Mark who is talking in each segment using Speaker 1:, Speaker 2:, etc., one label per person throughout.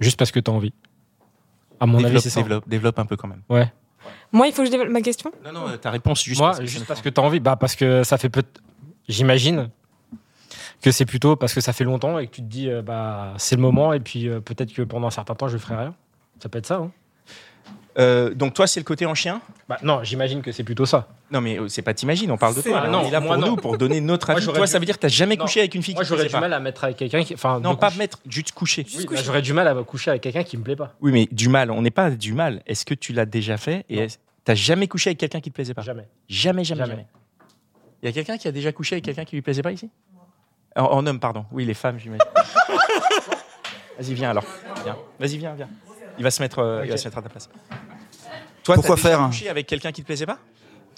Speaker 1: Juste parce que t'as envie. À mon avis,
Speaker 2: développe,
Speaker 1: c'est ça.
Speaker 2: développe, développe un peu quand même.
Speaker 1: Ouais.
Speaker 3: Moi il faut que je développe ma question
Speaker 2: Non, non, euh, ta réponse juste
Speaker 1: Moi,
Speaker 2: parce que
Speaker 1: juste parce que t'as envie. Bah, parce que ça fait peu. J'imagine que c'est plutôt parce que ça fait longtemps et que tu te dis, euh, bah, c'est le moment et puis euh, peut-être que pendant un certain temps, je ferai rien. Ça peut être ça. hein.
Speaker 4: Euh, donc toi, c'est le côté en chien
Speaker 1: Bah, non, j'imagine que c'est plutôt ça.
Speaker 4: Non mais euh, c'est pas t'imagines, on parle de
Speaker 1: C'est-
Speaker 4: toi.
Speaker 1: Ah
Speaker 4: là,
Speaker 1: non,
Speaker 4: on est là
Speaker 1: moi,
Speaker 4: pour
Speaker 1: non.
Speaker 4: nous, pour donner notre
Speaker 1: Moi,
Speaker 4: avis.
Speaker 1: j'aurais
Speaker 4: toi,
Speaker 1: dû-
Speaker 4: ça veut dire que t'as jamais
Speaker 1: Non.
Speaker 4: couché avec une fille
Speaker 1: Moi,
Speaker 4: qui te
Speaker 1: j'aurais
Speaker 4: plaisait
Speaker 1: du
Speaker 4: pas.
Speaker 1: mal à mettre avec quelqu'un qui. Enfin,
Speaker 4: Non,
Speaker 1: de
Speaker 4: pas
Speaker 1: coucher.
Speaker 4: mettre, juste coucher.
Speaker 1: Oui, bah, j'aurais du mal à coucher avec quelqu'un qui me plaît pas.
Speaker 4: Oui, mais du mal, on n'est pas du mal. Est-ce que tu l'as déjà fait et
Speaker 1: Non.
Speaker 4: est-ce- t'as jamais couché avec quelqu'un qui te plaisait pas
Speaker 1: Jamais.
Speaker 4: Jamais, jamais,
Speaker 1: Jamais.
Speaker 4: jamais. Il y a quelqu'un qui a déjà couché avec quelqu'un qui lui plaisait pas ici en, en homme, pardon. Oui, les femmes, j'imagine. Vas-y, viens alors. Viens. Vas-y, viens, viens. Il va se mettre, euh, il va
Speaker 1: Ok.
Speaker 4: se mettre à ta place. Toi,
Speaker 5: Pourquoi
Speaker 4: t'as déjà
Speaker 5: faire hein?
Speaker 4: couché avec quelqu'un qui te plaisait pas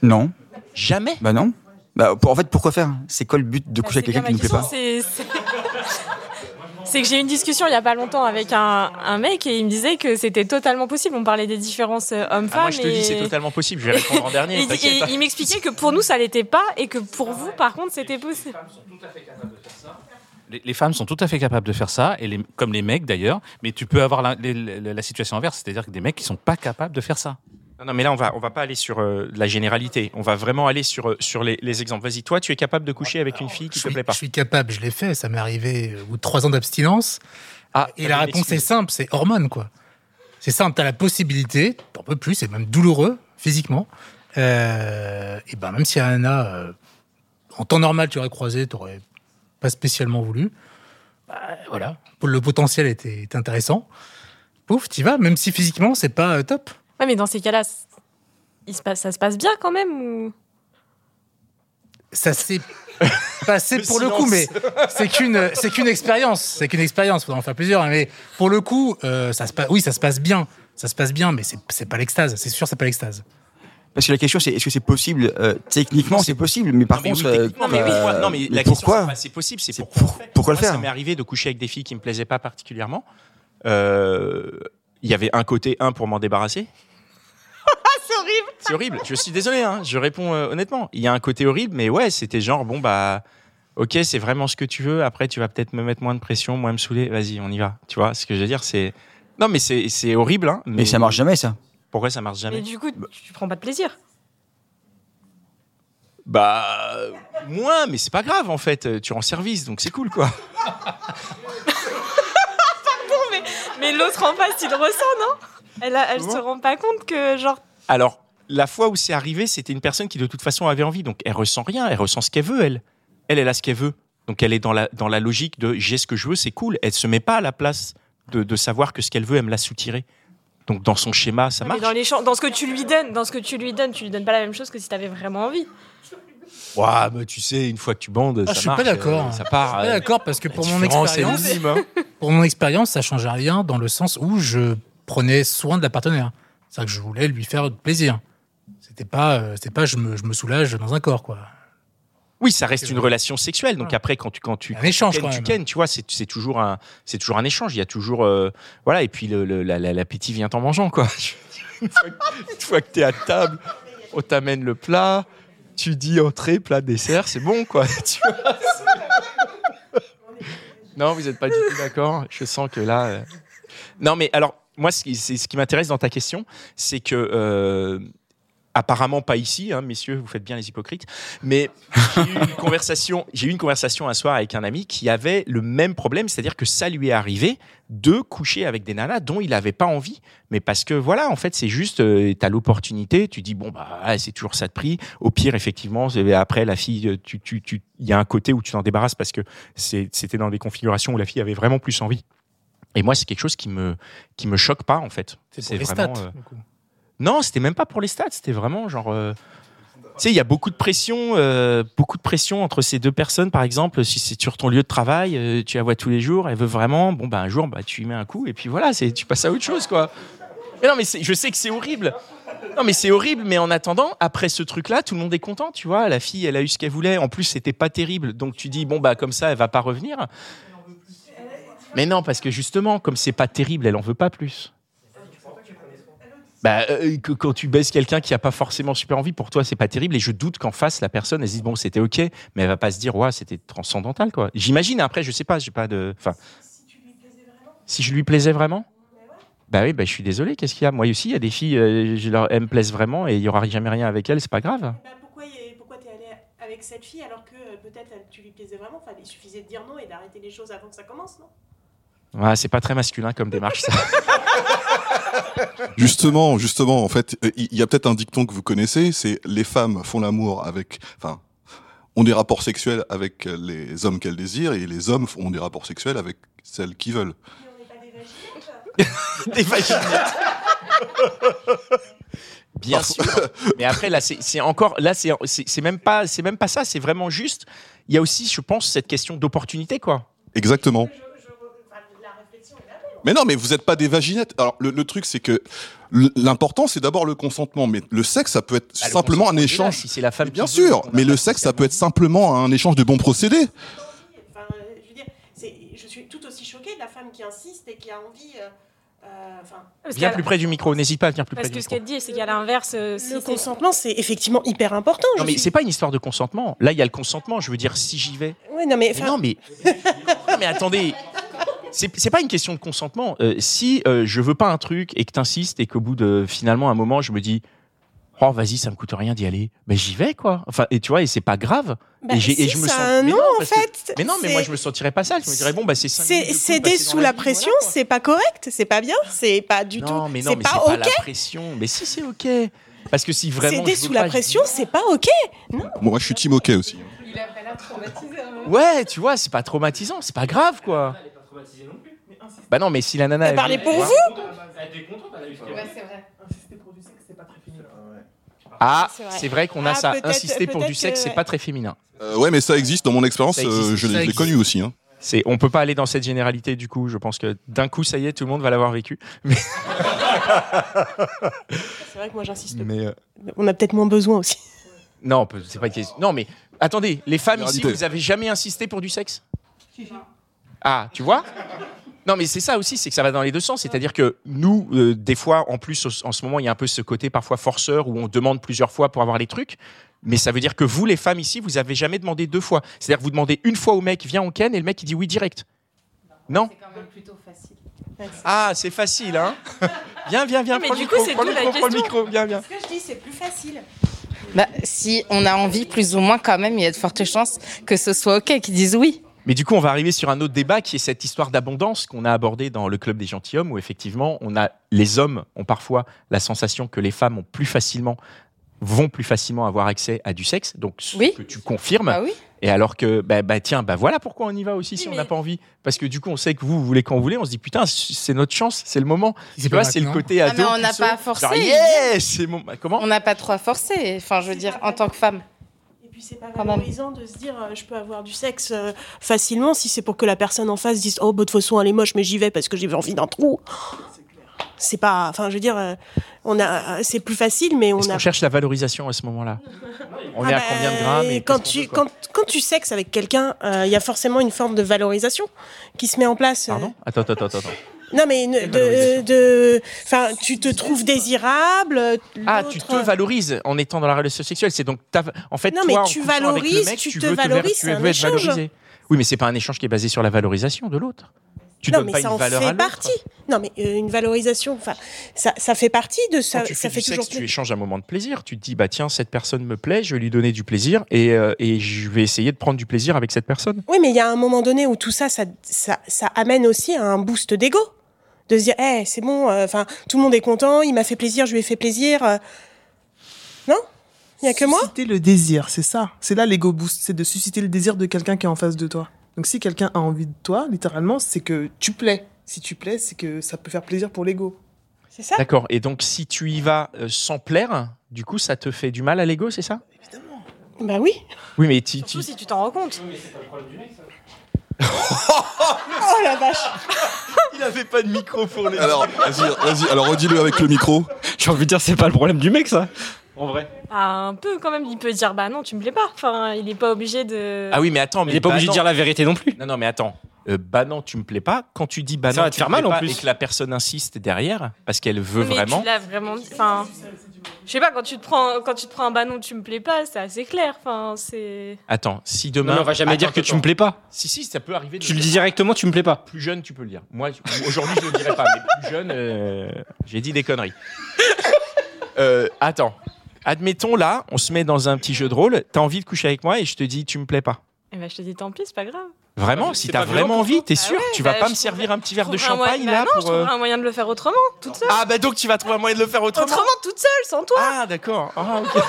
Speaker 5: Non.
Speaker 4: Jamais.
Speaker 5: Bah non. Bah, pour- en fait, pourquoi faire C'est quoi le but de coucher
Speaker 3: Bah, C'est
Speaker 4: Bah,
Speaker 5: avec quelqu'un
Speaker 3: bien
Speaker 5: qui ne
Speaker 3: ma
Speaker 5: plaît pas
Speaker 3: question, c'est- c'est- C'est que j'ai eu une discussion il y a pas longtemps avec un, un mec et il me disait que c'était totalement possible. On parlait des différences euh, hommes-femmes.
Speaker 4: Ah, moi, je te
Speaker 3: et-
Speaker 4: dis, c'est totalement possible. Je vais répondre en
Speaker 3: et
Speaker 4: dernier.
Speaker 3: il dit-
Speaker 4: t'inquiète.
Speaker 3: et il m'expliquait que pour nous ça l'était pas et que pour vous par contre c'était possible.
Speaker 6: Les, les femmes sont tout à fait capables de faire ça, et les- comme les mecs d'ailleurs, mais tu peux avoir la, les- la- la situation inverse, c'est-à-dire que des mecs qui sont pas capables de faire ça.
Speaker 4: Non, non, mais là, on va, on va pas aller sur euh, de la généralité. On va vraiment aller sur, euh, sur les, les exemples. Vas-y, toi, tu es capable de coucher avec une fille qui
Speaker 7: je
Speaker 4: te
Speaker 7: suis,
Speaker 4: plaît pas.
Speaker 7: je suis capable, je l'ai fait, ça m'est arrivé euh, au bout de trois ans d'abstinence.
Speaker 4: Ah,
Speaker 7: Et la réponse est simple, c'est hormones, quoi. C'est simple, t'as la possibilité, t'en peux plus, c'est même douloureux, physiquement. Euh, et ben même si y en a, euh, en temps normal, tu aurais croisé, t'aurais pas spécialement voulu. Bah, voilà, le potentiel était, était intéressant. Pouf, t'y vas, même si physiquement, c'est pas euh, top.
Speaker 3: Ouais mais dans ces cas-là c- il se passe, ça se passe bien quand même ou...
Speaker 7: ça s'est passé
Speaker 4: Le
Speaker 7: pour le coup, mais
Speaker 4: silence.
Speaker 7: c'est qu'une, euh, c'est qu'une expérience, c'est qu'une expérience. Faudra en faire plusieurs, hein, mais pour le coup, euh, ça se passe, oui, ça se passe bien, ça se passe bien, mais c'est, c'est pas l'extase, c'est sûr, c'est pas l'extase.
Speaker 5: Parce que la question, c'est est-ce que c'est possible Euh, Techniquement, c'est possible, mais par
Speaker 4: Non, mais
Speaker 5: contre,
Speaker 4: oui,
Speaker 5: euh,
Speaker 4: techniquement, mais oui,
Speaker 5: euh,
Speaker 4: moi- non, mais
Speaker 5: mais
Speaker 4: la question, c'est
Speaker 5: pourquoi
Speaker 4: pas c'est possible, c'est
Speaker 5: C'est
Speaker 4: pourquoi,
Speaker 5: pour-
Speaker 4: on fait.
Speaker 5: pourquoi le
Speaker 4: Moi, Ça
Speaker 5: faire
Speaker 4: m'est arrivé de coucher avec des filles qui me plaisaient pas particulièrement. Euh, Il y avait un côté un pour m'en débarrasser.
Speaker 3: C'est horrible.
Speaker 4: C'est horrible. Je suis désolé, hein, je réponds euh, honnêtement. Il y a un côté horrible, mais ouais, c'était genre, bon, bah, ok, c'est vraiment ce que tu veux. Après, tu vas peut-être me mettre moins de pression, moins me saouler. Vas-y, on y va. Tu vois, ce que je veux dire, c'est. Non, mais c'est c'est horrible. Hein,
Speaker 5: Mais ça marche jamais, ça.
Speaker 4: Pourquoi ça marche jamais
Speaker 3: Mais du coup tu prends pas de plaisir.
Speaker 4: Bah, euh, moins, mais c'est pas grave en fait. Euh, Tu es en service, donc c'est cool quoi.
Speaker 3: Mais l'autre en face, il le ressent, non Elle, a- elle
Speaker 4: Comment
Speaker 3: se rend pas compte que, genre,
Speaker 4: Alors, la fois où c'est arrivé, c'était une personne qui de toute façon avait envie, donc elle ressent rien, elle ressent ce qu'elle veut, elle. Elle, elle a ce qu'elle veut. Donc elle est dans la, dans la logique de j'ai ce que je veux, c'est cool. Elle se met pas à la place de, de savoir que ce qu'elle veut, elle me l'a soutiré. Donc dans son schéma, ça
Speaker 7: Ah,
Speaker 3: mais
Speaker 4: marche.
Speaker 3: dans les champs, dans ce que tu lui donnes, dans ce que tu lui donnes, tu lui donnes pas la même chose que si t'avais vraiment envie.
Speaker 4: Ouah, mais tu sais, une fois que tu bandes,
Speaker 7: Ah,
Speaker 4: ça
Speaker 7: je suis
Speaker 4: marche,
Speaker 7: pas d'accord.
Speaker 4: euh, Ça part.
Speaker 7: Je suis pas
Speaker 4: euh,
Speaker 7: d'accord parce que pour
Speaker 4: la
Speaker 7: mon
Speaker 4: différence est
Speaker 7: expérience,
Speaker 4: minime, hein.
Speaker 7: pour mon expérience, ça change rien dans le sens où je prenais soin de la partenaire. C'est-à-dire que je voulais lui faire plaisir. C'était pas, euh, c'était pas, je me, je me soulage dans un corps, quoi.
Speaker 4: Oui, ça reste une relation sexuelle.
Speaker 7: Ah.
Speaker 4: Donc après, quand tu quand tu
Speaker 7: Un échange,
Speaker 4: ken,
Speaker 7: quand
Speaker 4: tu
Speaker 7: même.
Speaker 4: ken, tu vois, c'est c'est toujours un c'est toujours un échange. Il y a toujours euh, voilà et puis le- le- la- la- l'appétit vient en mangeant quoi. une fois que- une fois que t'es à table, on t'amène le plat, tu dis entrée, plat, dessert, c'est bon quoi. Tu vois, c'est- non, vous n'êtes pas du tout d'accord. Je sens que là. euh, Non, mais alors moi, ce qui, c'est- ce qui m'intéresse dans ta question, c'est que euh, apparemment pas ici, hein, messieurs, vous faites bien les hypocrites. Mais j'ai eu une conversation, j'ai eu une conversation un soir avec un ami qui avait le même problème, c'est-à-dire que ça lui est arrivé de coucher avec des nanas dont il n'avait pas envie, mais parce que voilà, en fait, c'est juste, euh, t'as l'opportunité, tu dis bon bah ah, c'est toujours ça de prix. Au pire, effectivement, c'est- après la fille, euh, tu, tu, tu, il y a un côté où tu t'en débarrasses parce que c'est- c'était dans des configurations où la fille avait vraiment plus envie. Et moi, c'est quelque chose qui me, qui me choque pas en fait.
Speaker 7: C'est pour
Speaker 4: C'est
Speaker 7: les
Speaker 4: vraiment,
Speaker 7: stats.
Speaker 4: euh,
Speaker 7: du coup.
Speaker 4: non, c'était même pas pour les stats, c'était vraiment genre. euh, Tu sais, il y a beaucoup de pression, euh, beaucoup de pression entre ces deux personnes, par exemple. Si c'est sur ton lieu de travail, euh, tu la vois tous les jours, elle veut vraiment. Bon, bah, un jour, bah, tu y mets un coup, et puis voilà, c'est, tu passes à autre chose, quoi. Mais non, mais c'est- je sais que c'est horrible. Non, mais c'est horrible, mais en attendant, après ce truc-là, tout le monde est content, tu vois. La fille, elle a eu ce qu'elle voulait. En plus, c'était pas terrible. Donc, tu dis, bon, bah, comme ça, elle va pas revenir. Mais non, parce que justement, comme c'est pas terrible, elle en veut pas plus. Bah, euh, que- quand tu baisses quelqu'un qui a pas forcément super envie, pour toi, c'est pas terrible. Et je doute qu'en face, la personne, elle se dise, bon, c'était OK, mais elle va pas se dire, ouais, c'était transcendantal, quoi. J'imagine, après, je sais pas, j'ai pas de. Enfin. Si je lui plaisais vraiment Bah oui, bah, je suis désolé, qu'est-ce qu'il y a Moi aussi, il y a des filles, euh, je leur, elles me plaisent vraiment et il y aura jamais rien avec elles, c'est pas grave.
Speaker 8: Bah, pourquoi y est- pourquoi t'es allé avec cette fille alors que euh, peut-être elle- tu lui plaisais vraiment Enfin, Il suffisait de dire non et d'arrêter les choses avant que ça commence, non
Speaker 4: Ouais, c'est pas très masculin comme démarche, ça.
Speaker 9: Justement, justement, en fait, euh, il y a peut-être un dicton que vous connaissez, c'est les femmes font l'amour avec, enfin, ont des rapports sexuels avec euh, les hommes qu'elles désirent et les hommes ont des rapports sexuels avec celles qu'ils veulent.
Speaker 8: Mais on n'est pas des vaginettes.
Speaker 4: Des vaginettes. Bien sûr. Mais après là, c'est c'est encore là, c'est c'est c'est même pas c'est même pas ça. C'est vraiment juste. Il y a aussi, je pense, cette question d'opportunité, quoi.
Speaker 9: Exactement.
Speaker 8: Je- je- enfin, la réflexion est là.
Speaker 9: Mais non, mais vous n'êtes pas des vaginettes. Alors, le, le truc, c'est que l- l'important, c'est d'abord le consentement. Mais le sexe, ça peut être
Speaker 4: Bah, le
Speaker 9: simplement un
Speaker 4: consentement est là,
Speaker 9: échange.
Speaker 4: Si c'est la femme.
Speaker 9: Mais bien
Speaker 4: qui veut,
Speaker 9: sûr,
Speaker 4: qu'on a
Speaker 9: mais
Speaker 4: pas
Speaker 9: le sexe, ça
Speaker 4: spécialement.
Speaker 9: peut être simplement un échange de bons procédés.
Speaker 8: Enfin, euh, je veux dire, c'est- je suis tout aussi choquée de la femme qui insiste et qui a envie. euh, euh, enfin,
Speaker 3: Parce
Speaker 4: Viens
Speaker 3: qu'à-
Speaker 4: plus près du micro. N'hésite pas, viens plus
Speaker 3: Parce
Speaker 4: près
Speaker 3: que
Speaker 4: du
Speaker 3: ce
Speaker 4: micro.
Speaker 3: qu'elle dit, c'est qu'à l'inverse, euh, si
Speaker 8: le
Speaker 3: c'est-
Speaker 8: consentement, c'est effectivement hyper important.
Speaker 4: Non
Speaker 8: je
Speaker 4: mais
Speaker 8: suis-
Speaker 4: c'est pas une histoire de consentement. Là, il y a le consentement. Je veux dire, si j'y vais.
Speaker 8: Ouais, non,
Speaker 4: Mais
Speaker 8: mais, enfin,
Speaker 4: non, mais, non, mais attendez. C'est c'est pas une question de consentement. Euh, si euh, je veux pas un truc et que t'insistes et qu'au bout de finalement un moment je me dis oh vas-y ça me coûte rien d'y aller, ben j'y vais quoi. Enfin et tu vois et c'est pas grave.
Speaker 8: bah,
Speaker 4: et j'ai- et
Speaker 8: si,
Speaker 4: je me
Speaker 8: ça
Speaker 4: sens-
Speaker 8: a un
Speaker 4: mais
Speaker 8: nom,
Speaker 4: non,
Speaker 8: en
Speaker 4: parce que-
Speaker 8: fait.
Speaker 4: Mais non mais moi
Speaker 8: C'est-
Speaker 4: je me sentirais pas sale. Je me dirais bon bah c'est cinq minutes
Speaker 8: C'est
Speaker 4: de plus
Speaker 8: céder
Speaker 4: passées dans
Speaker 8: sous
Speaker 4: la
Speaker 8: la
Speaker 4: vie,
Speaker 8: pression,
Speaker 4: voilà, quoi.
Speaker 8: c'est pas correct, c'est pas bien, c'est pas du
Speaker 4: non,
Speaker 8: tout.
Speaker 4: mais non
Speaker 8: c'est
Speaker 4: mais
Speaker 8: pas
Speaker 4: c'est pas
Speaker 8: ok.
Speaker 4: la pression. Mais si c'est ok. Parce que si vraiment
Speaker 8: Céder
Speaker 4: je veux
Speaker 8: sous la
Speaker 4: pas, je dis
Speaker 8: pression, c'est pas ok.
Speaker 9: Moi, je suis Tim Hockey aussi.
Speaker 4: Ouais, tu vois, c'est pas traumatisant, c'est pas grave quoi. Bah non, mais si la nana.
Speaker 8: Elle
Speaker 4: elle
Speaker 8: parlait
Speaker 4: veut-
Speaker 8: pour vous.
Speaker 4: Ah,
Speaker 8: C'est vrai.
Speaker 4: c'est vrai qu'on a
Speaker 8: Ah,
Speaker 4: ça.
Speaker 8: peut-être-
Speaker 4: Insister pour du
Speaker 8: peut-être
Speaker 4: sexe,
Speaker 8: que-
Speaker 4: c'est pas très féminin.
Speaker 9: Euh, ouais, mais ça existe dans mon expérience.
Speaker 4: Ça existe,
Speaker 9: euh, je
Speaker 7: ça
Speaker 9: l'ai je l'ai
Speaker 7: existe.
Speaker 9: connu aussi. Hein.
Speaker 4: C'est, on peut pas aller dans cette généralité du coup. Je pense que d'un coup, ça y est, tout le monde va l'avoir vécu.
Speaker 8: C'est vrai que moi j'insiste.
Speaker 4: Mais euh,
Speaker 8: On a peut-être moins besoin aussi.
Speaker 4: non, on peut- c'est pas une question. Non, mais attendez, les femmes ici,
Speaker 9: Généralité.
Speaker 4: vous avez jamais insisté pour du sexe Ah, tu vois Non, mais c'est ça aussi, c'est que ça va dans les deux sens. C'est-à-dire que nous, euh, des fois, en plus, au- en ce moment, il y a un peu ce côté parfois forceur où on demande plusieurs fois pour avoir les trucs. Mais ça veut dire que vous, les femmes ici, vous avez jamais demandé deux fois. C'est-à-dire que vous demandez une fois au mec, viens, on ken, et le mec, il dit oui direct. Non
Speaker 10: C'est quand même plutôt facile.
Speaker 4: Ah, c'est facile, hein Viens, viens, viens,
Speaker 3: Non, mais
Speaker 4: prends le
Speaker 3: du
Speaker 4: micro,
Speaker 3: coup, c'est
Speaker 4: prends le
Speaker 3: d'où la
Speaker 4: micro, prends le
Speaker 3: question.
Speaker 4: micro, viens, viens.
Speaker 8: Ce que je dis, c'est plus facile.
Speaker 10: Bah, si on a envie, plus ou moins quand même, il y a de fortes chances que ce soit OK, qu'ils disent oui.
Speaker 4: Mais du coup, on va arriver sur un autre débat qui est cette histoire d'abondance qu'on a abordée dans le club des gentilshommes, où effectivement, on a les hommes ont parfois la sensation que les femmes ont plus facilement vont plus facilement avoir accès à du sexe, donc ce
Speaker 10: Oui.
Speaker 4: que tu confirmes.
Speaker 10: Bah oui.
Speaker 4: Et alors que, bah, bah, tiens, bah voilà pourquoi on y va aussi si
Speaker 3: Oui,
Speaker 4: on n'a
Speaker 3: mais-
Speaker 4: pas envie, parce que du coup, on sait que vous, vous voulez quand vous voulez, on se dit putain, c'est notre chance, c'est le moment.
Speaker 7: Si
Speaker 4: Tu
Speaker 7: pas
Speaker 4: vois, c'est le
Speaker 7: maintenant.
Speaker 4: côté
Speaker 10: Ah,
Speaker 4: ado.
Speaker 10: mais on
Speaker 4: qui
Speaker 10: n'a
Speaker 4: saute,
Speaker 10: pas forcé.
Speaker 4: genre, yeah, c'est mon. bah, Comment
Speaker 10: On n'a pas trop à forcer. Enfin, je veux dire, en tant que femme.
Speaker 8: Et puis c'est pas
Speaker 10: Quand même.
Speaker 8: valorisant de se dire euh, je peux avoir du sexe euh, facilement si c'est pour que la personne en face dise oh bah, de toute façon elle est moche mais j'y vais parce que j'ai envie d'un trou. C'est pas, enfin je veux dire, euh, on a, c'est plus facile mais on
Speaker 4: Est-ce
Speaker 8: a.
Speaker 4: qu'on cherche la valorisation à ce moment-là On
Speaker 8: Ah
Speaker 4: est à
Speaker 8: bah,
Speaker 10: euh,
Speaker 4: combien de grammes et
Speaker 8: quand
Speaker 4: qu'est-ce qu'on
Speaker 8: tu,
Speaker 4: veut, quoi
Speaker 8: quand, quand tu sexes avec quelqu'un, euh, il y a forcément une forme de valorisation qui se met en place. euh,
Speaker 4: Pardon Attends, attends, attends, attends.
Speaker 8: Non, mais ne- de,
Speaker 4: valorisation
Speaker 8: de, enfin, tu te trouves désirable. euh,
Speaker 4: Ah,
Speaker 8: l'autre-
Speaker 4: tu te valorises en étant dans la relation sexuelle. C'est donc ta- en fait
Speaker 8: Non,
Speaker 4: toi,
Speaker 8: mais
Speaker 4: en
Speaker 8: tu
Speaker 4: couchant avec le
Speaker 8: valorises,
Speaker 4: mec,
Speaker 8: tu te
Speaker 4: veux ver-
Speaker 8: valorises,
Speaker 4: tu
Speaker 8: c'est un
Speaker 4: veux être
Speaker 8: échange.
Speaker 4: valorisé. Oui, mais c'est pas un échange qui est basé sur la valorisation de l'autre.
Speaker 6: Tu
Speaker 8: non,
Speaker 6: donnes
Speaker 8: mais
Speaker 6: pas
Speaker 8: ça
Speaker 6: une
Speaker 8: en
Speaker 6: valeur
Speaker 8: fait
Speaker 6: à l'autre.
Speaker 8: partie. Non, mais euh, une valorisation, enfin, ça, ça fait partie de ça.
Speaker 4: Quand tu
Speaker 8: ça
Speaker 4: fais
Speaker 8: fait
Speaker 4: du sexe,
Speaker 8: toujours
Speaker 4: tu échanges un moment de plaisir. Tu te dis, bah tiens, cette personne me plaît, je vais lui donner du plaisir et, euh, et je vais essayer de prendre du plaisir avec cette personne.
Speaker 8: Oui, mais il y a un moment donné où tout ça, ça, ça, ça amène aussi à un boost d'ego. De se dire, eh, c'est bon, enfin, tout le monde est content, il m'a fait plaisir, je lui ai fait plaisir. euh. Non Il n'y a que moi
Speaker 11: Susciter le désir, c'est ça. C'est là l'ego boost, c'est de susciter le désir de quelqu'un qui est en face de toi. Donc si quelqu'un a envie de toi, littéralement, c'est que tu plais. Si tu plais, c'est que ça peut faire plaisir pour l'ego.
Speaker 8: C'est ça
Speaker 4: D'accord. Et donc, si tu y vas euh, sans plaire, du coup, ça te fait du mal à l'ego, c'est ça
Speaker 8: Bah oui.
Speaker 4: Oui, mais tu. tu-
Speaker 3: Surtout si tu t'en rends compte.
Speaker 8: Oh la vache
Speaker 4: Il avait pas de micro pour les.
Speaker 9: Alors, vas-y, vas-y, alors redis-le avec le micro.
Speaker 1: J'ai envie de dire, c'est pas le problème du mec, ça.
Speaker 4: En vrai.
Speaker 3: Ah, un peu quand même, il peut dire bah non, tu me plais pas. Enfin, il est pas obligé de.
Speaker 4: Ah oui, mais attends, mais
Speaker 1: Euh, Il est pas obligé de dire la vérité non plus.
Speaker 4: Non, non, mais attends. Euh, bah non, tu me plais pas. Quand tu dis bah
Speaker 1: Ça
Speaker 4: non,
Speaker 1: va te
Speaker 4: tu
Speaker 1: faire
Speaker 4: me plais
Speaker 1: mal, en
Speaker 4: pas
Speaker 1: plus.
Speaker 4: et que la personne insiste derrière parce qu'elle veut
Speaker 3: Oui, mais
Speaker 4: vraiment.
Speaker 3: Tu l'as vraiment. dit. Enfin, je sais pas quand tu te prends quand tu te prends un bah non, tu me plais pas, c'est assez clair. Enfin, c'est.
Speaker 4: Attends, si demain.
Speaker 1: Non, mais on va jamais dire que tu me plais pas.
Speaker 4: Si, si, ça peut arriver. de
Speaker 1: Tu le
Speaker 4: dire.
Speaker 1: dis directement, tu me plais pas.
Speaker 4: Plus jeune, tu peux le dire. Moi, aujourd'hui, je le dirais pas, mais plus jeune, euh, j'ai dit des conneries. Euh, attends. Admettons, là, on se met dans un petit jeu de rôle. T'as envie de coucher avec moi et je te dis, tu me plais pas.
Speaker 3: Et bah je te dis tant pis, c'est pas grave.
Speaker 4: Vraiment,
Speaker 3: Ah,
Speaker 4: si
Speaker 3: c'est
Speaker 4: t'as
Speaker 3: pas violent
Speaker 4: vraiment
Speaker 3: pour
Speaker 4: envie,
Speaker 3: toi.
Speaker 4: t'es
Speaker 3: Ah
Speaker 4: sûr
Speaker 3: ouais,
Speaker 4: Tu
Speaker 3: bah,
Speaker 4: vas pas
Speaker 3: je
Speaker 4: me servir un petit verre de
Speaker 3: Trouverai un moyen-
Speaker 4: champagne
Speaker 3: bah
Speaker 4: là
Speaker 3: non,
Speaker 4: pour.
Speaker 3: je
Speaker 4: euh,
Speaker 3: trouverai un moyen de le faire autrement, toute seule.
Speaker 4: Ah bah donc tu vas trouver un moyen de le faire autrement.
Speaker 3: Autrement, toute seule, sans toi.
Speaker 4: Ah d'accord. Ah, ok.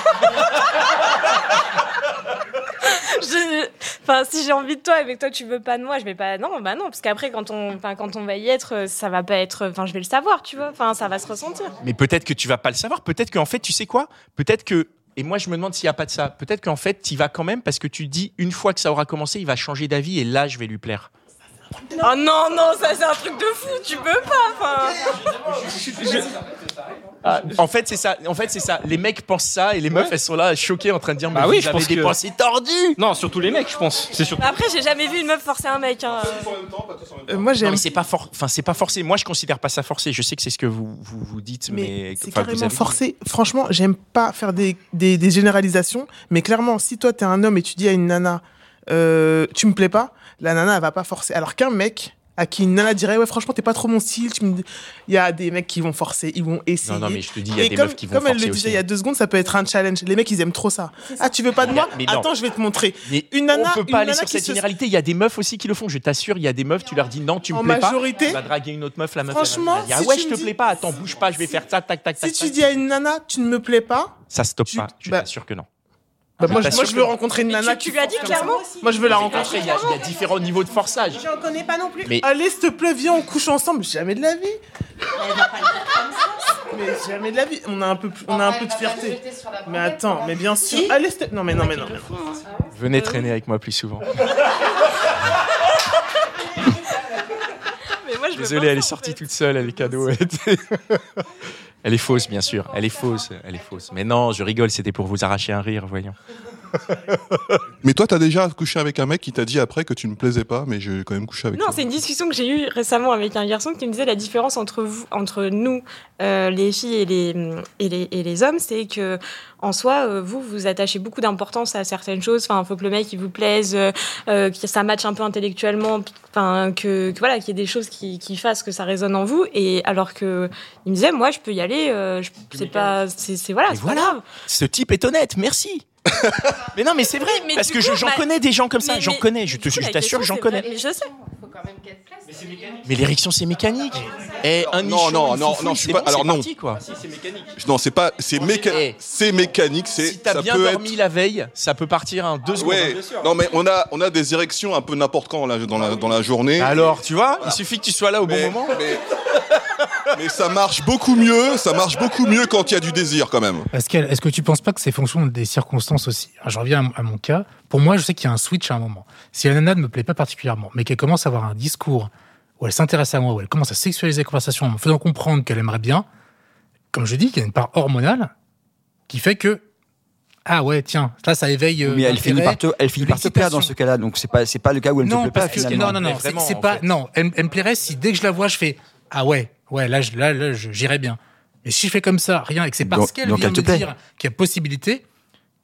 Speaker 3: Je- Enfin, si j'ai envie de toi et que toi tu veux pas de moi, je vais pas. Non, bah non, parce qu'après quand on, enfin, quand on va y être, euh, ça va pas être. Enfin, je vais le savoir, tu vois. Enfin, ça va se ressentir.
Speaker 4: Mais peut-être que tu vas pas le savoir. Peut-être qu'en fait, tu sais quoi Peut-être que. Et moi, je me demande s'il n'y a pas de ça. Peut-être qu'en fait, tu vas quand même parce que tu dis une fois que ça aura commencé, il va changer d'avis et là, je vais lui plaire.
Speaker 3: Oh non, non, ça c'est un truc de fou. Tu peux pas. Enfin.
Speaker 4: En fait, c'est ça. En fait, c'est ça. Les mecs pensent ça et les meufs, elles sont là choquées en train de dire
Speaker 1: Bah
Speaker 4: mais
Speaker 1: oui,
Speaker 4: vous
Speaker 1: je
Speaker 4: avez
Speaker 1: pense
Speaker 4: des
Speaker 1: que.
Speaker 4: pensées tordues
Speaker 1: Non, surtout les mecs, je pense. C'est surtout.
Speaker 3: Après, j'ai jamais vu une meuf forcer un mec. hein. Euh,
Speaker 11: moi, j'aime-
Speaker 4: Non, mais c'est pas for- Enfin, c'est pas forcé. Moi, je considère pas ça forcé. Je sais que c'est ce que vous vous, vous dites, mais,
Speaker 11: C'est
Speaker 4: enfin, vous
Speaker 11: carrément
Speaker 4: avez dit.
Speaker 11: forcé. Franchement, j'aime pas faire des, des- des généralisations, mais clairement, si toi t'es un homme et tu dis à une nana, euh, tu me plais pas, la nana elle va pas forcer. Alors qu'un mec à qui une nana dirait, ouais, franchement, t'es pas trop mon style, tu me- il y a des mecs qui vont forcer, ils vont essayer.
Speaker 4: Non, non, mais je te dis, il y a
Speaker 11: Et
Speaker 4: des
Speaker 11: comme,
Speaker 4: meufs qui vont
Speaker 11: Comme elle
Speaker 4: forcer
Speaker 11: le disait
Speaker 4: aussi.
Speaker 11: il y a deux secondes, ça peut être un challenge. Les mecs, ils aiment trop ça. Ah, tu veux pas de moi
Speaker 4: Mais non.
Speaker 11: Attends, je vais te montrer.
Speaker 4: Mais
Speaker 11: Une nana,
Speaker 4: on peut
Speaker 11: une
Speaker 4: pas aller
Speaker 11: nana
Speaker 4: sur
Speaker 11: qui
Speaker 4: cette
Speaker 11: se-
Speaker 4: généralité. Il y a des meufs aussi qui le font. Je t'assure, il y a des meufs. Tu leur dis non, tu me
Speaker 11: En
Speaker 4: plais
Speaker 11: majorité,
Speaker 4: pas. Tu vas draguer une autre meuf. La meuf.
Speaker 11: franchement,
Speaker 4: elle va dire, ah
Speaker 11: si
Speaker 4: ouais,
Speaker 11: tu
Speaker 4: je
Speaker 11: me
Speaker 4: te
Speaker 11: dis-
Speaker 4: plais pas. Attends, bouge pas. Je vais faire tac, tac, tac.
Speaker 11: Si
Speaker 4: tac,
Speaker 11: tu
Speaker 4: tac.
Speaker 11: dis à une nana, tu ne me plais pas,
Speaker 4: ça stoppe pas. Je t'assure que non.
Speaker 11: bah,
Speaker 4: Je
Speaker 11: moi, je-
Speaker 4: t'assure
Speaker 11: moi, je
Speaker 4: que
Speaker 11: veux
Speaker 4: non.
Speaker 11: rencontrer une
Speaker 8: Mais tu-
Speaker 11: nana
Speaker 8: tu
Speaker 11: qui
Speaker 8: lui as dit
Speaker 11: force comme ça.
Speaker 8: clairement
Speaker 11: Moi, je veux la
Speaker 4: Après,
Speaker 11: rencontrer.
Speaker 4: il y, a- il y a différents niveaux de forçage.
Speaker 8: J'en connais pas non plus.
Speaker 4: Mais-
Speaker 11: Allez, s'il te plaît, viens, on couche ensemble. Jamais de la vie. Mais jamais de la vie. On a un peu, plus- on a un peu de fierté. Mais attends, mais bien sûr. Allez, s'il te- non, mais non, mais non. mais non.
Speaker 4: Venez traîner avec moi plus souvent.
Speaker 3: Mais moi, je veux
Speaker 4: Désolée, elle est sortie toute seule, elle est cadeau. Elle, était- Elle est fausse, bien sûr. Elle est fausse, elle est fausse. Mais non, je rigole, c'était pour vous arracher un rire, voyons.
Speaker 9: Mais toi, t'as déjà couché avec un mec qui t'a dit après que tu ne plaisais pas, mais j'ai quand même couché avec
Speaker 3: Non,
Speaker 9: toi.
Speaker 3: c'est une discussion que j'ai eue récemment avec un garçon qui me disait la différence entre, vous, entre nous, euh, les filles et les, et les, et les hommes, c'est que en soi, euh, vous, vous attachez beaucoup d'importance à certaines choses. Enfin, il faut que le mec, il vous plaise, euh, euh, que ça matche un peu intellectuellement, enfin, que, que voilà, qu'il y ait des choses qui, qui fassent que ça résonne en vous. Et alors que il me disait, moi, je peux y aller, euh, je- c'est pas, c'est c'est- voilà,
Speaker 4: Et
Speaker 3: c'est pas
Speaker 4: voilà.
Speaker 3: grave.
Speaker 4: Ce type est honnête, merci. mais non, mais c'est vrai,
Speaker 3: Oui, mais
Speaker 4: parce
Speaker 3: du
Speaker 4: que je-
Speaker 3: coup,
Speaker 4: j'en
Speaker 3: ma-
Speaker 4: connais des gens comme ça,
Speaker 3: mais-
Speaker 4: j'en
Speaker 3: mais-
Speaker 4: connais, je te-
Speaker 3: du coup,
Speaker 4: je
Speaker 3: la
Speaker 4: t'assure,
Speaker 3: question,
Speaker 4: j'en
Speaker 3: c'est
Speaker 4: connais.
Speaker 3: vrai, mais je sais.
Speaker 4: Mais l'érection, c'est mécanique. Eh, un
Speaker 9: Non,
Speaker 4: nichon,
Speaker 9: non,
Speaker 4: une
Speaker 9: non,
Speaker 4: foufouille,
Speaker 9: non, je suis
Speaker 4: c'est
Speaker 9: pas-
Speaker 4: bon,
Speaker 9: alors
Speaker 4: c'est
Speaker 9: non.
Speaker 4: parti, quoi.
Speaker 9: Non, c'est pas, c'est méca- c'est mécanique, c'est.
Speaker 4: eh. Si t'as
Speaker 9: ça
Speaker 4: bien
Speaker 9: peut
Speaker 4: dormi la veille, ça peut partir en deux
Speaker 9: être-
Speaker 4: secondes. hein.
Speaker 9: Ouais. Non, mais on a, on a des érections un peu n'importe quand là, dans la, dans la journée.
Speaker 4: Alors, tu vois, il suffit que tu sois là au
Speaker 9: Mais-
Speaker 4: Bah, bon moment.
Speaker 9: Mais ça marche beaucoup mieux, ça marche beaucoup mieux quand il y a du désir quand même.
Speaker 7: Pascal, est-ce que tu penses pas que c'est fonction des circonstances aussi Alors, Je reviens à mon- à mon cas. Pour moi, je sais qu'il y a un switch à un moment. Si la nana ne me plaît pas particulièrement, mais qu'elle commence à avoir un discours où elle s'intéresse à moi, où elle commence à sexualiser la conversation en me faisant comprendre qu'elle aimerait bien, comme je dis, qu'il y a une part hormonale qui fait que ah ouais, tiens, là ça éveille. euh,
Speaker 5: Mais elle finit
Speaker 7: l'intérêt,
Speaker 5: par te, elle finit par te plaire dans
Speaker 7: l'excitation.
Speaker 5: ce cas-là, donc c'est pas, c'est pas le cas où elle ne te
Speaker 7: Non,
Speaker 5: plaît pas
Speaker 7: parce que
Speaker 5: finalement.
Speaker 7: non, non, non, c'est- c'est pas. Non, elle, elle me plairait si dès que je la vois, je fais ah ouais, ouais, là, je- là, là, je- j'irais bien. Mais si je fais comme ça, rien, et que c'est parce
Speaker 5: Donc-
Speaker 7: qu'elle
Speaker 5: donc
Speaker 7: vient
Speaker 5: elle te
Speaker 7: me
Speaker 5: plaît.
Speaker 7: dire qu'il y a possibilité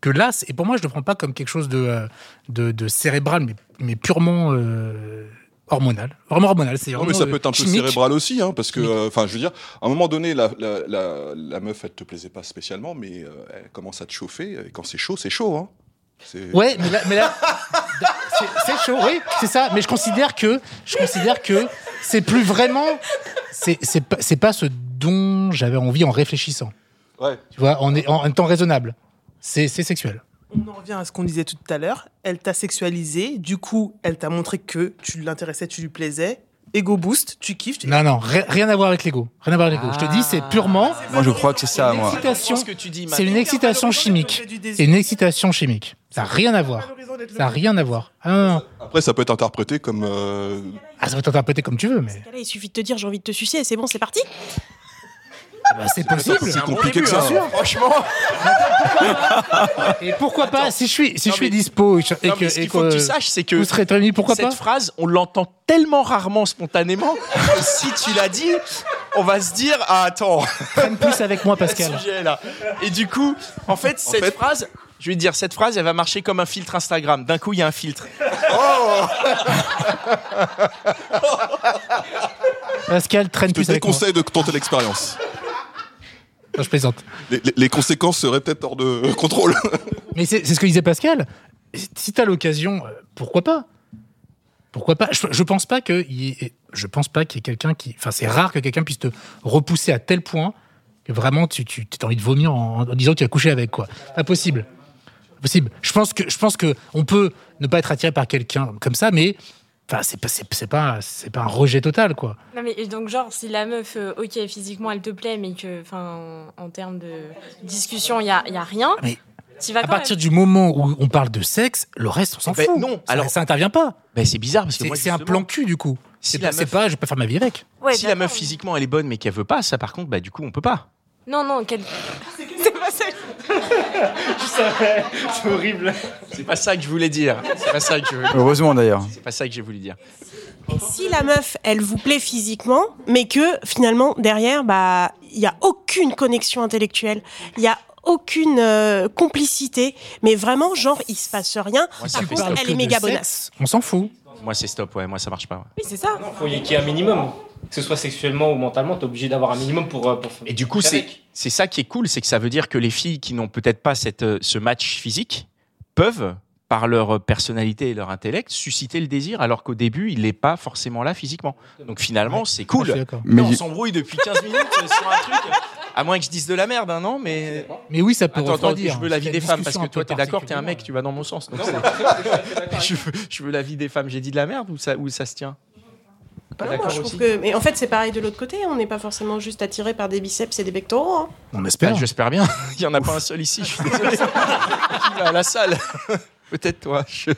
Speaker 7: que là, c'est- et pour moi, je ne le prends pas comme quelque chose de euh, de, de cérébral, mais mais purement euh, hormonal. Vraiment hormonal. C'est
Speaker 9: Non, mais
Speaker 7: vraiment,
Speaker 9: ça
Speaker 7: euh,
Speaker 9: peut être un peu
Speaker 7: chimique.
Speaker 9: cérébral aussi, hein, parce que, euh, enfin, je veux dire, à un moment donné, la, la, la, la meuf, elle te plaisait pas spécialement, mais euh, elle commence à te chauffer, et quand c'est chaud, c'est chaud, hein. C'est-
Speaker 7: Ouais, mais là, mais là c'est- c'est chaud, oui, c'est ça. Mais je considère que, je considère que c'est plus vraiment, c'est c'est pas, c'est pas ce dont j'avais envie en réfléchissant.
Speaker 9: Ouais.
Speaker 7: Tu vois, en, en, en temps raisonnable. C'est c'est sexuel.
Speaker 11: On en revient à ce qu'on disait tout à l'heure. Elle t'a sexualisé, du coup, elle t'a montré que tu l'intéressais, tu lui plaisais. Ego boost, tu kiffes. tu-
Speaker 7: Non, non, ri- rien à voir avec l'ego. Rien à voir avec l'ego. Je te dis, c'est purement.
Speaker 5: Moi, je crois que c'est ça,
Speaker 7: une
Speaker 5: moi.
Speaker 7: excitation.
Speaker 5: Je comprends ce que tu dis,
Speaker 7: C'est une
Speaker 5: Marie.
Speaker 7: excitation chimique. C'est une excitation chimique. Ça n'a rien à voir. Ça n'a rien à voir. Ah, non, non.
Speaker 9: Après, ça peut être interprété comme. euh,
Speaker 7: Ah, ça va t'interpréter comme tu veux, mais
Speaker 8: Là, il suffit de te dire j'ai envie de te sucer, c'est bon, c'est parti.
Speaker 4: Bah,
Speaker 7: c'est possible.
Speaker 9: C'est compliqué que
Speaker 7: bien
Speaker 9: ça.
Speaker 7: sûr.
Speaker 9: Franchement.
Speaker 7: Et pourquoi pas Si je suis, si je suis dispo et que,
Speaker 4: Non, mais ce
Speaker 7: et
Speaker 4: qu'il faut que
Speaker 7: que-
Speaker 4: tu saches, c'est que
Speaker 7: vous serez réunis, pourquoi
Speaker 4: cette
Speaker 7: pas
Speaker 4: phrase, on l'entend tellement rarement spontanément que si tu l'as dit, on va se dire ah, attends.
Speaker 7: Traîne plus avec moi, Pascal.
Speaker 4: là. Et du coup, en fait, cette phrase, je vais te dire, cette phrase, elle va marcher comme un filtre Instagram. D'un coup, il y a un filtre. Oh
Speaker 7: Pascal traîne
Speaker 9: Je
Speaker 7: plus
Speaker 9: te
Speaker 7: avec moi.
Speaker 9: déconseille de tenter l'expérience.
Speaker 7: Non, je plaisante.
Speaker 9: Les, les- les conséquences seraient peut-être hors de contrôle.
Speaker 7: Mais c'est c'est ce que disait Pascal. Si t'as l'occasion, euh, pourquoi pas Pourquoi pas je, je pense pas que y ait- je pense pas qu'il y ait quelqu'un qui. Enfin, c'est rare que quelqu'un puisse te repousser à tel point que vraiment tu tu as envie de vomir en, en disant que tu as couché avec quoi. Impossible. Impossible. Je pense que je pense que on peut ne pas être attiré par quelqu'un comme ça, mais enfin c'est pas c'est c'est pas c'est pas un rejet total quoi.
Speaker 3: Non mais et donc genre si la meuf, euh, ok physiquement elle te plaît mais que enfin en en termes de discussion il y a, y a rien.
Speaker 7: Mais
Speaker 3: t'y vas
Speaker 7: À
Speaker 3: quand
Speaker 7: partir
Speaker 3: même.
Speaker 7: du moment où on parle de sexe, le reste on s'en
Speaker 4: Ben
Speaker 7: fout.
Speaker 4: non,
Speaker 7: Ça-
Speaker 4: alors-
Speaker 7: ça intervient pas.
Speaker 4: Ben, c'est bizarre parce que
Speaker 7: C'est
Speaker 4: moi,
Speaker 7: c'est un
Speaker 4: justement-
Speaker 7: plan cul du coup.
Speaker 4: Si
Speaker 7: C'est
Speaker 4: la
Speaker 7: pas, c'est
Speaker 4: meuf-
Speaker 7: pas, je peux faire ma vie avec.
Speaker 3: Ouais,
Speaker 4: si la meuf physiquement elle est bonne mais qu'elle veut pas, ça par contre, bah du coup on peut pas.
Speaker 3: Non non quel- c'est pas ça.
Speaker 4: c'est horrible. C'est pas ça que je voulais dire. C'est pas ça que je voulais dire.
Speaker 5: Heureusement d'ailleurs.
Speaker 4: C'est pas ça que j'ai voulu dire.
Speaker 8: Si la meuf, elle vous plaît physiquement, mais que finalement derrière, bah, il y a aucune connexion intellectuelle, il y a aucune euh, complicité, mais vraiment genre il se passe rien.
Speaker 4: Moi, ça
Speaker 8: Par
Speaker 4: fait
Speaker 8: contre,
Speaker 4: stop.
Speaker 8: elle
Speaker 4: Que
Speaker 8: est
Speaker 4: de
Speaker 8: méga
Speaker 4: sexe.
Speaker 8: bonasse.
Speaker 7: On s'en fout.
Speaker 4: Moi c'est stop, ouais, moi ça marche pas. ouais.
Speaker 3: Oui c'est ça.
Speaker 1: faut y qu'il y ait un minimum. Que ce soit sexuellement ou mentalement, t'es obligé d'avoir un minimum pour. euh, pour
Speaker 4: Et du coup, c'est c'est ça qui est cool, c'est que ça veut dire que les filles qui n'ont peut-être pas cette, euh, ce match physique peuvent, par leur personnalité et leur intellect, susciter le désir, alors qu'au début, il n'est pas forcément là physiquement. Donc finalement, c'est cool.
Speaker 7: je suis d'accord.
Speaker 4: Mais on
Speaker 5: Mais-
Speaker 4: s'embrouille depuis 15 minutes sur un truc. À moins que je dise de la merde, hein, non Mais
Speaker 7: Mais oui, ça peut
Speaker 4: attends, attends,
Speaker 7: refroidir.
Speaker 4: je veux hein, la vie
Speaker 7: C'est
Speaker 4: des
Speaker 7: une
Speaker 4: femmes parce
Speaker 7: discussion
Speaker 4: que
Speaker 7: un peu
Speaker 4: toi, t'es d'accord, t'es un
Speaker 7: particulière.
Speaker 4: mec, tu vas dans mon sens. donc c'est- je, veux, je veux la vie des femmes. J'ai dit de la merde ou ça, ou ça se tient Pas
Speaker 8: Bah Moi,
Speaker 4: d'accord
Speaker 8: je trouve
Speaker 4: aussi
Speaker 8: que- mais en fait, c'est pareil de l'autre côté. On n'est pas forcément juste attiré par des biceps et des pectoraux. hein.
Speaker 7: On
Speaker 4: Ah,
Speaker 7: espère.
Speaker 4: J'espère bien. Il n'y en a pas un seul ici. Je suis désolé. Qui va à la salle Peut-être toi. je-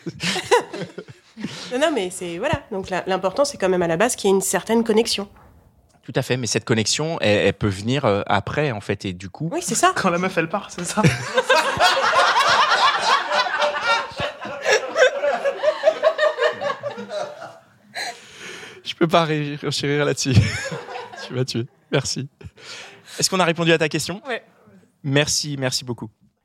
Speaker 8: Non, non, mais c'est voilà. Donc la- l'important, c'est quand même à la base qu'il y ait une certaine connexion.
Speaker 4: Tout à fait, mais cette connexion, elle, elle peut venir euh, après, en fait, et du coup.
Speaker 8: Oui, c'est ça.
Speaker 11: Quand la meuf elle part, c'est ça.
Speaker 4: Je peux pas ré- renchérir là-dessus. tu m'as tué. Merci. Est-ce qu'on a répondu à ta question
Speaker 3: Ouais.
Speaker 4: Merci, merci beaucoup.